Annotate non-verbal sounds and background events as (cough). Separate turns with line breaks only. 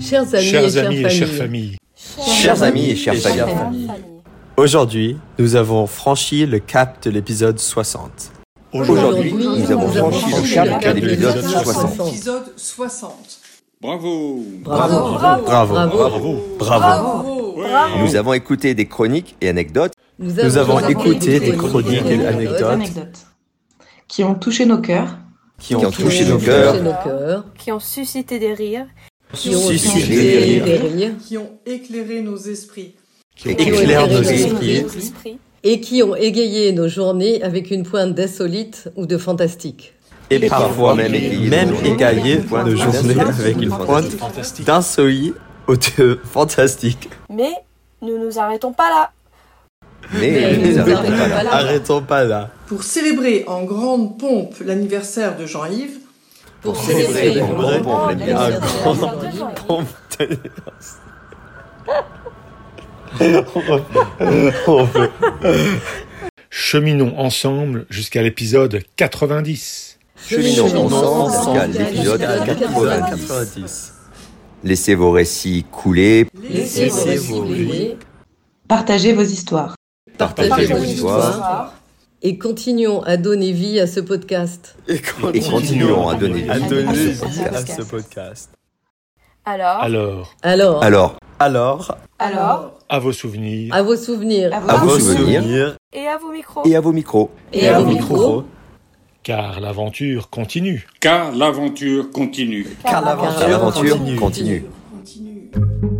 Chers amis,
Chers
et, chères
amis et
familles.
chères familles,
Chers amis et chères
chères
familles.
familles.
Aujourd'hui, nous avons franchi le cap de l'épisode 60.
Aujourd'hui,
Aujourd'hui,
nous avons franchi le cap de l'épisode 60.
Épisode 60.
Bravo
Bravo.
Bravo.
Bravo.
Bravo.
Bravo
Bravo.
Nous avons écouté des chroniques et anecdotes
Nous avons écouté des
chroniques
chroniques et anecdotes
anecdotes qui ont touché nos cœurs,
qui ont
qui ont
touché nos
touché
cœurs,
nos cœurs,
qui ont suscité des rires,
qui ont
suscité
suscité
suscité
des
des
rires,
rires
qui ont éclairé nos esprits.
éclairent nos
éclairé nos
esprits,
esprits,
et qui ont égayé nos journées avec une pointe d'insolite ou de fantastique.
et parfois même
égayer nos
égayer
journées
nos journées avec une pointe
Fantastique
d'un sohi au de (laughs) fantastique.
mais nous nous arrêtons pas
(laughs)
là.
mais nous arrêtons pas là.
Arrêtons pas là.
Pour célébrer en grande pompe l'anniversaire de Jean-Yves,
Pour
célébrer
célébrer
en grande
le
pompe
grand
l'anniversaire
anniversaire
de
de
Jean-Yves.
Jean-Yves.
On veut- on veut-
Cheminons ensemble jusqu'à l'épisode 90.
Cheminons ensemble jusqu'à l'épisode
90.
90.
Laissez vos récits couler.
Laissez vos
Laissez vos
récits briller
partagez vos histoires.
Partagez vos
vos
histoires
et continuons à donner vie à ce podcast.
et
et continuons à donner
à
vie à
donner
ce
vie à
podcast.
ce podcast.
Alors,
Alors,
Alors,
Alors,
Alors,
Alors,
à vos souvenirs,
à vos souvenirs
à
à
vos
vos
souvenirs,
souvenirs
et à vos micros.
et à vos micros.
et à vos micros,
car l'aventure continue.
Car l'aventure continue.
car
Car
l'aventure
L'aventure
continue.
continue.
continue.
Continue.